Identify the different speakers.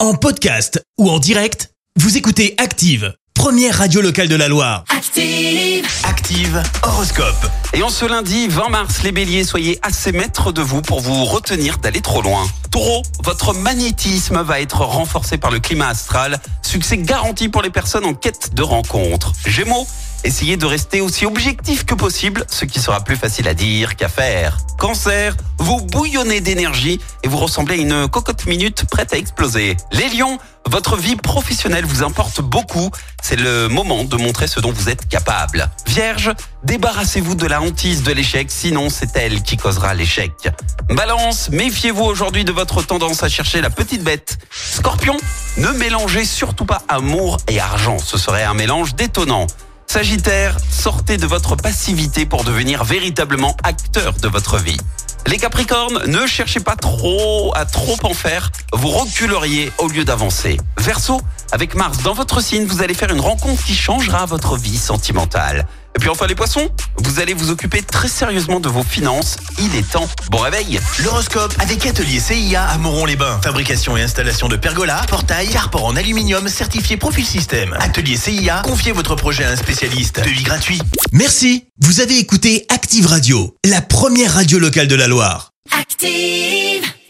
Speaker 1: En podcast ou en direct, vous écoutez Active, première radio locale de la Loire.
Speaker 2: Active.
Speaker 3: Active Horoscope. Et en ce lundi 20 mars, les béliers, soyez assez maîtres de vous pour vous retenir d'aller trop loin. Taureau, votre magnétisme va être renforcé par le climat astral. Succès garanti pour les personnes en quête de rencontres. Gémeaux, essayez de rester aussi objectif que possible, ce qui sera plus facile à dire qu'à faire. Cancer, vous bouillonnez d'énergie et vous ressemblez à une cocotte minute prête à exploser. Les lions, votre vie professionnelle vous importe beaucoup. C'est le moment de montrer ce dont vous êtes capable. Vierge, débarrassez-vous de la hantise de l'échec, sinon c'est elle qui causera l'échec. Balance, méfiez-vous aujourd'hui de votre tendance à chercher la petite bête. Scorpion, ne mélangez surtout pas amour et argent, ce serait un mélange détonnant. Sagittaire, sortez de votre passivité pour devenir véritablement acteur de votre vie. Les Capricornes, ne cherchez pas trop à trop en faire, vous reculeriez au lieu d'avancer. Verseau, avec Mars dans votre signe, vous allez faire une rencontre qui changera votre vie sentimentale. Et puis enfin les poissons, vous allez vous occuper très sérieusement de vos finances, il est temps. Bon réveil
Speaker 1: L'horoscope avec Atelier CIA à Moron-les-Bains. Fabrication et installation de pergolas, portails, carport en aluminium certifié Profil Système. Atelier CIA, confiez votre projet à un spécialiste. Devis gratuit. Merci. Vous avez écouté Active Radio, la première radio locale de la Loire.
Speaker 2: Active.